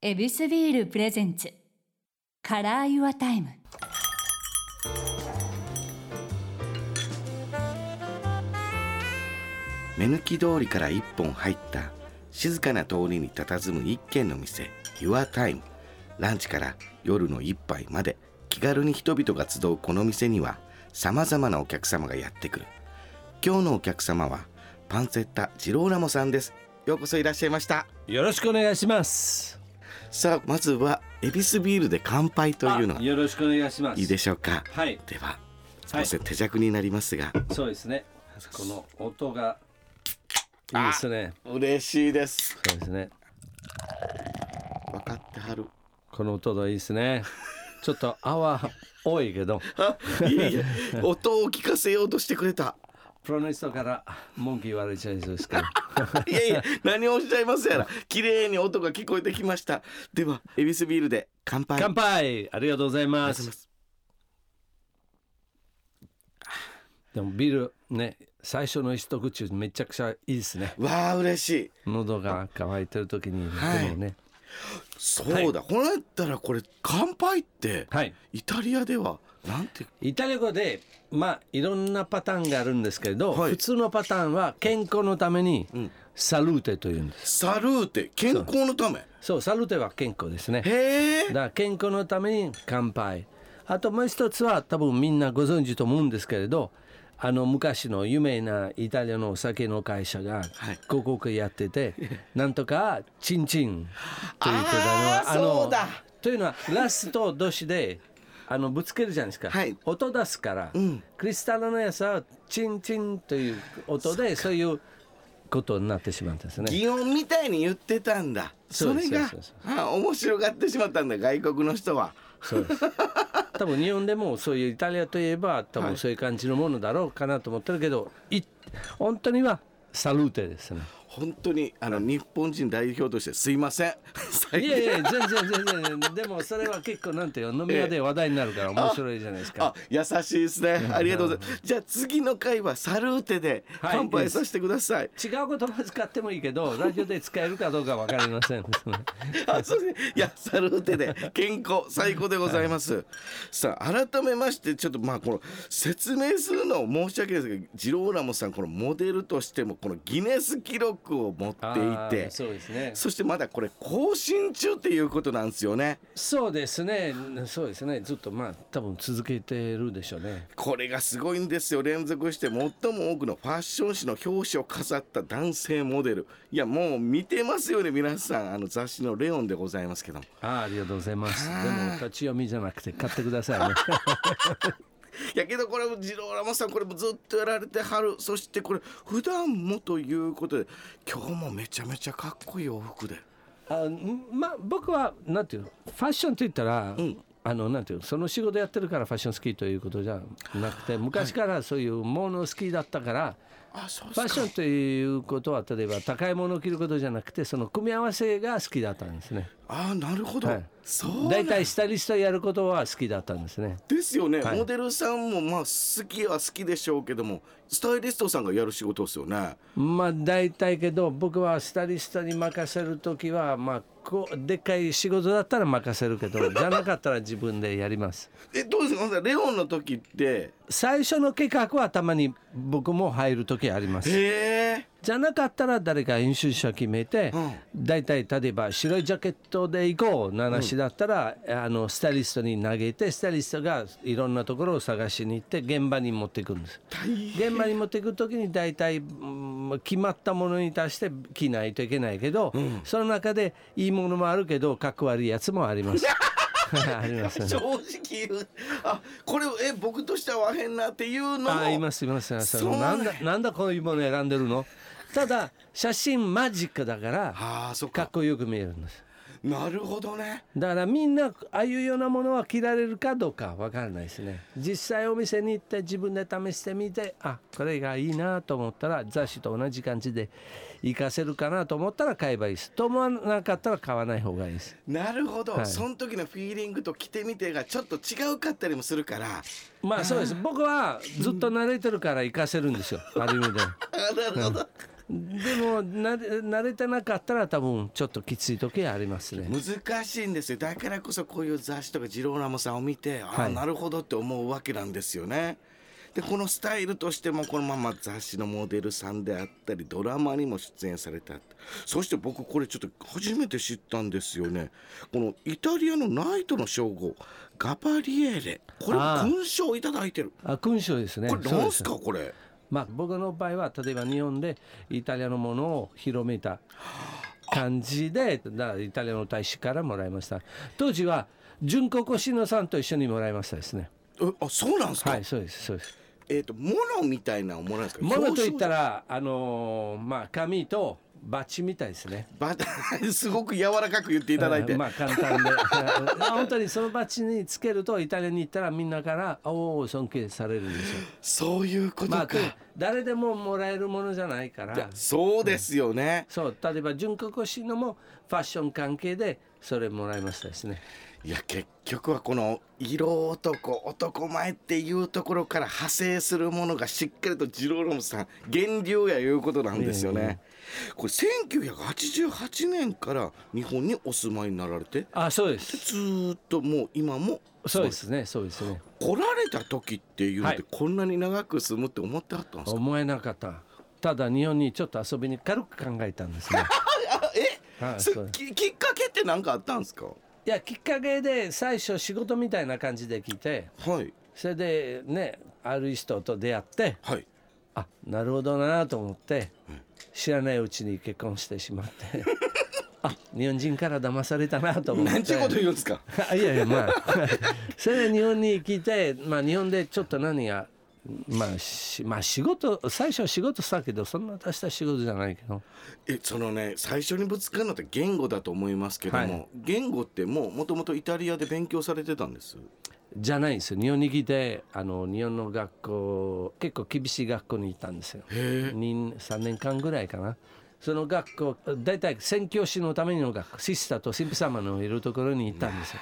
エビスビールプレゼンツカラーユアタイム目抜き通りから一本入った静かな通りに佇む一軒の店 YourTime ランチから夜の一杯まで気軽に人々が集うこの店にはさまざまなお客様がやってくる今日のお客様はパンセッタジローラモさんですようこそいらっしゃいましたよろしくお願いしますさあまずはエビスビールで乾杯というのがあよろしくお願いしますいいでしょうかはいではすいはまいせん手酌になりますがそうですねこの音がいあいですね嬉しいですそうですね分かってはるこの音がいいですねちょっと泡多いけどあいえいえ音を聞かせようとしてくれたプロの人から文句言われちゃいそうですからいやいや何をおっしゃいますやら綺麗に音が聞こえてきましたではエビスビールで乾杯 乾杯ありがとうございありまがとうございすますでもビールね最初の一口めちゃくちゃいいですねわあ嬉しい喉が渇いてる時に、はいでもねそうだ、このやったらこれ乾杯ってはいイタリアではなんてイタリア語でまあいろんなパターンがあるんですけれど、はい普通のパターンは健康のために、んサルーテというんですサルーテ健康のためそうサルーテは健康ですねへえだから健康のために乾杯あともう一つは多分みんなご存知と思うんですけれどあの昔の有名なイタリアのお酒の会社がはい広告やって て、なんとかチンチンと言ってたのはあーそうだというのはラスと同士であのぶつけるじゃないですか、はい音出すから、んクリスタルのやつはチンチンという音でそういうことになってしまうんですね。擬音みたいに言ってたんだそそうでれすがそうですそあ面白がってしまったんだ外国の人はそうです多分日本でもそういうイタリアといえば多分そういう感じのものだろうかなと思ってるけど、い、本当にはサルーテですね。本当にあの日本人代表としてすいません最い近やいや全然全然でもそれは結構なんていうの飲み屋で話題になるから面白いじゃないですあか。優しいですねありがとうございますじゃあ次の回はサルーテではい乾杯させてください、違う言葉使ってもいいけどラジオで使えるかどうかわかりません。あそうですねいやサルーテで健康最高でございます、さあ改めましてちょっとまあこの説明するのを申し訳ないですがジローラモさんこのモデルとしてもこのギネス記録を持ってあいーてそうですね。そしてまだこれ更新中っていうことなんですよねそうですね。そうですね。ずっとまあ多分続けてるでしょうね。これがすごいんですよ連続して最も多くのファッション誌の表紙を飾った男性モデルいやもう見てますよね皆さんあの雑誌の「レオン」でございますけどもあーありがとうございます。でも立ち読みじゃなくて買ってくださいね。いやけどこれもジローラモさんこれもずっとやられてはるそしてこれ普段もということで今日もめちゃめちゃかっこいいお服であんまあ僕はなんていうのファッションと言ったら、あのなんていうのその仕事やってるからファッション好きということじゃなくて昔からそういうもの好きだったから、あそうファッションということは例えば高いものを着ることじゃなくてその組み合わせが好きだったんですね。あーなるほど、はいそうな大ん体スタイリストやることは好きだったんですね。ですよね、はいモデルさんもまあ好きは好きでしょうけどもスタイリストさんがやる仕事ですよねまあ大体けど僕はスタイリストに任せる時はまあこうでっかい仕事だったら任せるけどじゃなかったら自分でやります。えどうですかレオンの時って最初の計画はたまに僕も入る時ありますへえじゃなかったら誰か編集者決めて、うんだいたい例えば白いジャケットで行こうの話だったら、あのスタイリストに投げてスタイリストがいろんなところを探しに行って現場に持っていくんです現場に持っていく時に大体、うん、決まったものに対して着ないといけないけど、その中でいいものもあるけどかっこ悪いやつもあり ます ありますね正直言うあこれえ僕としては合わへんなっていうのもあいますいますそそうなのなんんだだなんだこういうもの選んでるのただ写真マジックだからあーそっかかっこよく見えるんですなるほどねだからみんなああいうようなものは着られるかどうかわからないですね実際お店に行って自分で試してみてあこれがいいなと思ったら雑誌と同じ感じで活かせるかなと思ったら買えばいいですと思わなかったら買わない方がいいですなるほど、はいその時のフィーリングと着てみてがちょっと違うかったりもするからまあそうです僕はずっと慣れてるから活かせるんですよある意味であなるほど、でもなれ慣れてなかったら多分ちょっときつい時ありますね難しいんですよだからこそこういう雑誌とかジローラモさんを見て、あはあいなるほどって思うわけなんですよねでこのスタイルとしてもこのまま雑誌のモデルさんであったりドラマにも出演されたそして僕これちょっと初めて知ったんですよねこのイタリアのナイトの称号ガバリエーレこれああ勲章をいただいてる あ勲章ですねこれそう何ですかこれまあ、僕の場合は例えば日本でイタリアのものを広めた感じでだからイタリアの大使からもらいました当時は純子コシノさんと一緒にもらいましたですねえあそうなんですか、はいそうですそうですえっ、とモノみたいなのをもらうんですかものといったららあのーまあ紙とバッチみたいですねバ すごく柔らかく言っていただいて、あまあ簡単であ本当にそのバッチにつけるとイタリアに行ったらみんなからおお尊敬されるんですよそういうことか、まあと誰でももらえるものじゃないからいやそうですよね、そう例えば純国コシノもファッション関係でそれもらいましたですねいや結局はこの色男男前っていうところから派生するものがしっかりとジローロムさん源流やいうことなんですよね、これ1988年から日本にお住まいになられてあそうですずーっともう今もそうですねそうですね来られた時っていうのっはていこんなに長く住むって思ってあったんですか、思えなかったただ日本にちょっと遊びに軽く考えたんで すねえ、はい、そそうききっかけって何かあったんですかいやきっかけで最初仕事みたいな感じで来てはいそれでねある人と出会ってはいあなるほどなと思って知らないうちに結婚してしまってあ日本人から騙されたなと思ってなんちゅうこと言うんですか あいやいやまあ それで日本に来て、まあ、日本でちょっと何が、まあ、しまあ仕事最初は仕事したけどそんな大した仕事じゃないけどえそのね最初にぶつかるのって言語だと思いますけども、はい言語ってもうもともとイタリアで勉強されてたんですじゃないです日本に来てあの日本の学校結構厳しい学校にいたんですよへ3年間ぐらいかなその学校大体宣教師のための学校シスターと神父様のいるところに行ったんですよ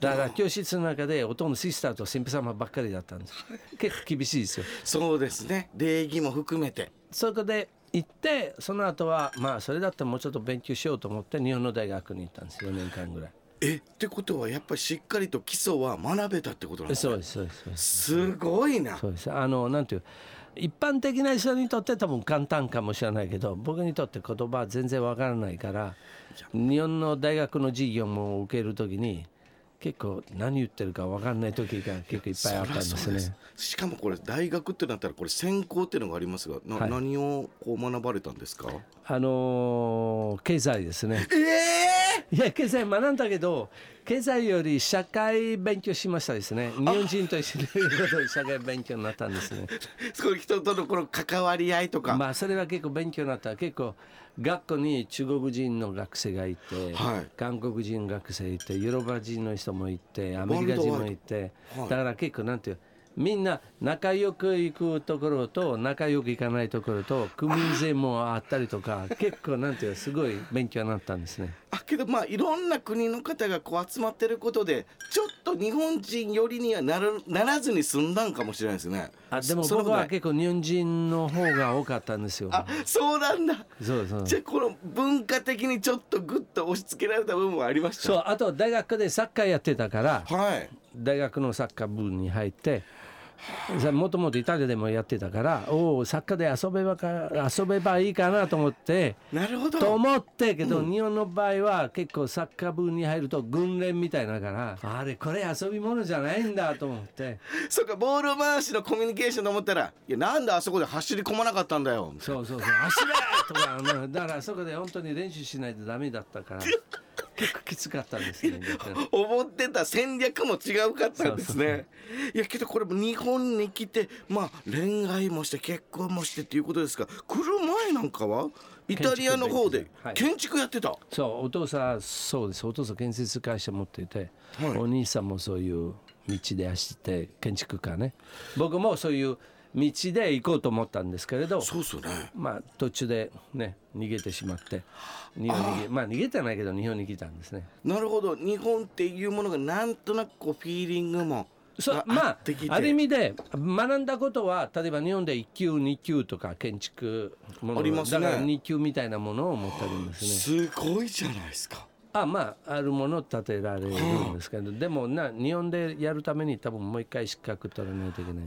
だから教室の中でほとんどシスターと神父様ばっかりだったんです結構厳しいですよそうですね礼儀も含めてそこで行ってその後はまあそれだったらもうちょっと勉強しようと思って日本の大学に行ったんです4年間ぐらいえってことはやっぱりしっかりと基礎は学べたってことなんですそかうですそうですそうですすごいなそうですあのなんていう一般的な人にとって多分簡単かもしれないけど僕にとって言葉は全然わからないから日本の大学の授業も受けるときに結構何言ってるかわかんない時が結構いっぱいあったんでそすりゃそうでねすしかもこれ大学ってなったらこれ専攻っていうのがありますが、なはい何をこう学ばれたんですかあのー経済で すねええいや経済学んだけど経済より社会勉強しましたですね日本人と一緒に社会勉強になったんですねすごい人とのこの関わり合いとか、まあそれは結構勉強になった結構学校に中国人の学生がいて、はい韓国人の学生いてヨーロッパ人の人もいてアメリカ人もいてワールドワイドはいだから結構なんていうみんな仲良く行くところと仲良く行かないところと国民税もあったりと か結構なんていうすごい勉強になったんですね。あけどまあいろんな国の方がこう集まってることでちょっと日本人寄りにはならならずに済んだんかもしれないですねあでもそ僕はそんなこ結構日本人の方が多かったんですよ。とないあそうなんだそうそう。じゃあこの文化的にちょっとグッと押し付けられた部分はありましたそうあと大学でサッカーやってたからはい大学のサッカー部に入ってもともとイタリアでもやってたからおおサッカーで遊べばか遊べばいいかなと思ってなるほどと思ってけど、日本の場合は結構サッカー部に入ると軍練みたいだからあれこれ遊び物じゃないんだと思ってそうかボール回しのコミュニケーションと思ったら「いやなんであそこで走り込まなかったんだよ」そうそうそう走れとかあのだからそこで本当に練習しないとダメだったから結構きつかったんですね。思ってた戦略も違うかったんですね。いやけどこれも日本に来てまあ恋愛もして結婚もしてっていうことですが来る前なんかはイタリアの方ではい建築やってた、そうお父さんそうですお父さん建設会社持っていて、はいお兄さんもそういう道で走って建築家ね僕もそういう道で行こうと思ったんですけれどそうっすよね。まあ途中でね逃げてしまって日本にまあ逃げてはないけど日本に来たんですねなるほど日本っていうものがなんとなくこうフィーリングもそうあまああってきてある意味で学んだことは例えば日本で1級2級とか建築ものありますねだから2級みたいなものを持ってありますね。すごいじゃないですかあまああるものを建てられるんですけど、でもな日本でやるために多分もう一回資格取らないといけない。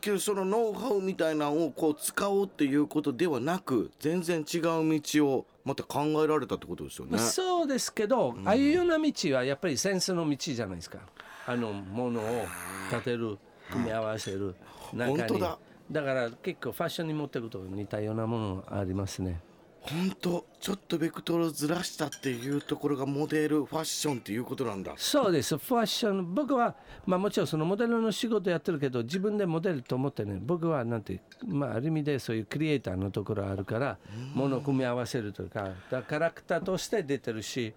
けどそのノウハウみたいなのをこう使おうっていうことではなく全然違う道をまた考えられたってことですよね。そうですけど、ああいうような道はやっぱりセンスの道じゃないですかあのものを建てる組み合わせる中に本当だから結構ファッションに持ってると似たようなものありますね本当ちょっとベクトルをずらしたっていうところがモデルファッションっていうことなんだ。そうですファッション僕は、まあ、もちろんそのモデルの仕事やってるけど自分でモデルと思ってね僕はなんて、まあ、ある意味でそういうクリエイターのところあるからものを組み合わせるというかだキャラクターとして出てるし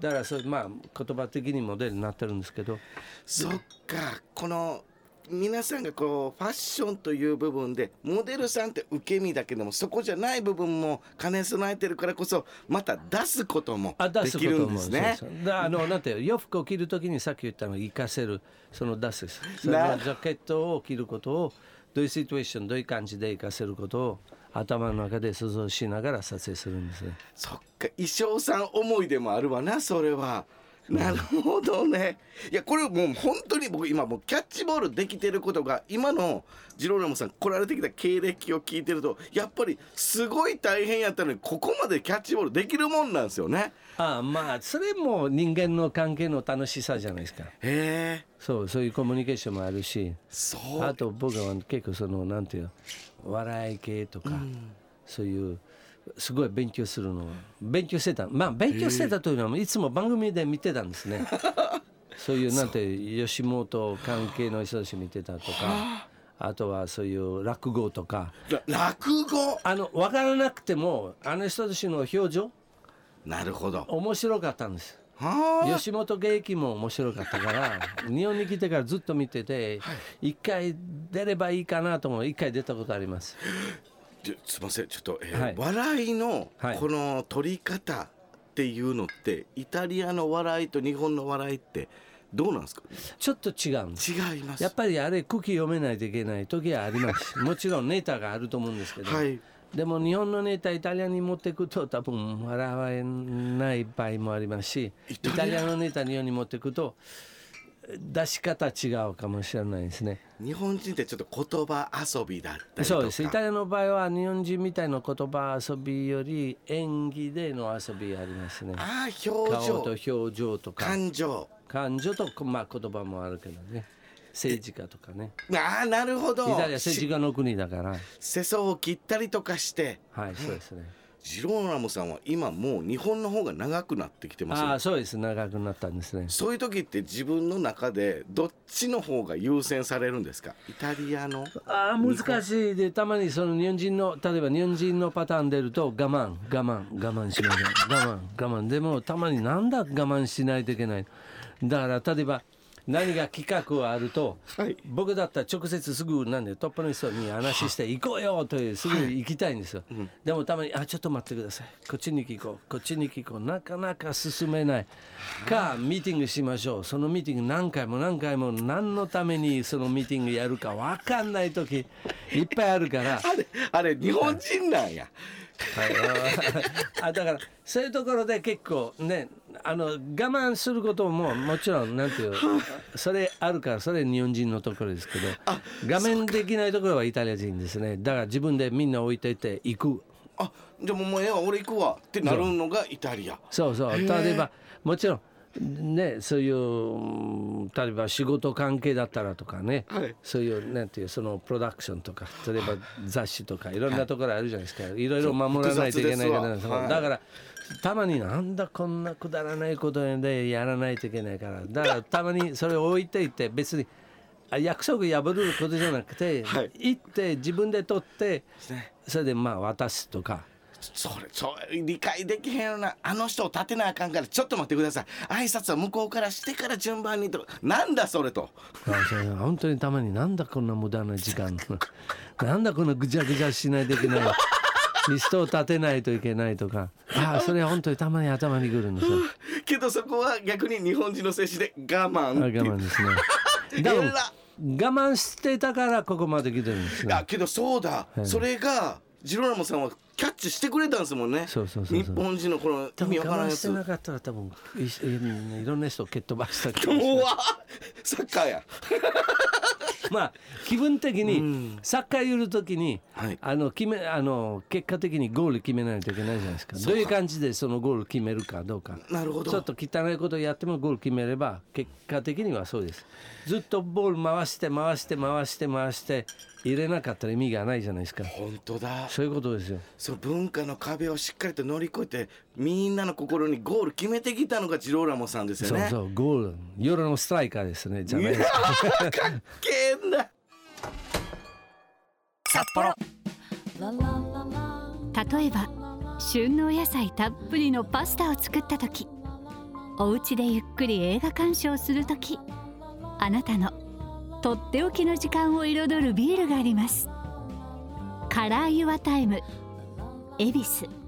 だからそう、まあ、言葉的にモデルになってるんですけど。そっかこの皆さんがこうファッションという部分でモデルさんって受け身だけどもそこじゃない部分も兼ね備えてるからこそまた出すこともあ出ですきことるんもですね。そうそうだあのなんていう洋服を着るときにさっき言ったの活かせるその出すそのジなャケットを着ることをどういうシチュエーションどういう感じで活かせることを頭の中で想像しながら撮影するんですね。そっか衣装さん思いでもあるわなそれは。なるほどね。いやこれもう本当に僕今もうキャッチボールできてることが今のジローラモさん来られてきた経歴を聞いてるとやっぱりすごい大変やったのにここまでキャッチボールできるもんなんですよね。あまあそれも人間の関係の楽しさじゃないですか。へえそうそういうコミュニケーションもあるしそうあと僕は結構そのなんていうの笑い系とか、そういうすごい勉強するのを勉強してたまあ勉強してたというのはいつも番組で見てたんですね そういうなんていう吉本関係の人たち見てたとかあとはそういう落語とから落語あの分からなくてもあの人たちの表情なるほど。面白かったんですはあ。吉本芸紀も面白かったから日本に来てからずっと見てて一回出ればいいかなと思う一回出たことありますじゃすみませんちょっと、えーはい笑いのはいこの取り方っていうのって、イタリアの笑いと日本の笑いってどうなんですか。ちょっと違うんです違います。やっぱりあれ空気読めないといけない時はあり ますもちろんネタがあると思うんですけど、はいでも日本のネタイタリアに持っていくと多分笑えない場合もありますしイイタリアタリアのネタ日本に持っていくと出し方違うかもしれないですね日本人ってちょっと言葉遊びだったりとかそうですイタリアの場合は日本人みたいな言葉遊びより演技での遊びありますねああ表顔と情表情とか感情感情と、まあ、言葉もあるけどね政治家とかねああなるほどイタリア政治し家の国だから世相を切ったりとかしてはいそうですねジローラモさんは今もう日本の方が長くなってきてますよあねあそうです長くなったんですねそういう時って自分の中でどっちの方が優先されるんですかイタリアのああ難しいでたまにその日本人の例えば日本人のパターン出ると我慢我慢我慢しません 我慢我慢でもたまになんだ我慢しないといけないだから例えば何が企画があると、はい僕だったら直接すぐなんでトップの人に話して行こうよというすぐ行きたいんですよ、でもたまにあちょっと待ってくださいこっちに行こうこっちに行こうなかなか進めないかミーティングしましょうそのミーティング何回も何回も何のためにそのミーティングやるか分かんない時いっぱいあるからあれあれ日本人なんやあだからそういうところで結構ねあの我慢することももちろんなんていうそれあるからそれ日本人のところですけど我慢できないところはイタリア人ですねだから自分でみんな置いていて行くあじゃあもうええわ俺行くわってなるのがイタリアそうそう例えばもちろんね、そういううん例えば仕事関係だったらとかね、はいそういうなんていうそのプロダクションとか例えば雑誌とかいろんなところあるじゃないですか、い、ろいろ守らないといけないからそう複雑ですわはいだからたまになんだこんなくだらないことでやらないといけないからだからたまにそれを置いていて別にあ約束破ることじゃなくて、はい行って自分で取ってねそれでまあ渡すとか。それそれ理解できへんよなあの人を立てなあかんからちょっと待ってください挨拶は向こうからしてから順番にとなんだそれとあそうそう本当にたまになんだこんな無駄な時間 なんだこんなぐちゃぐちゃしないと いけないリストを立てないといけないとかああそれ本当にたまに頭にくるんですよけどそこは逆に日本人の精神で我慢あっ我 ていう慢ですねだからえら我慢してたからここまで来てるんですあねけどそうだ、それがジロラモさんはキャッチしてくれたんですもんねそうそうそうそう日本人のこの多意分味わからん我慢やしてつなかったら多分いいいろんな人を蹴っ飛ばし た気がしますうわサッカーやまあ気分的うにんサッカーやるときに、はいあの決めあの結果的にゴール決めないといけないじゃないですかそうどかういう感じでそのゴール決めるかどうかなるほどちょっと汚いことやってもゴール決めれば結果的にはそうですずっとボール回して回して回して回して入れなかったら意味がないじゃないですか本当だそういうことですよその文化の壁をしっかりと乗り越えてみんなの心にゴール決めてきたのがジローラモさんですよそうねそうゴール夜のストライカーですねじゃないですかうかっけえんだ札幌例えば旬のお野菜たっぷりのパスタを作った時お家でゆっくり映画鑑賞する時あなたのとっておきの時間を彩るビールがありますカラーユアタイム恵比寿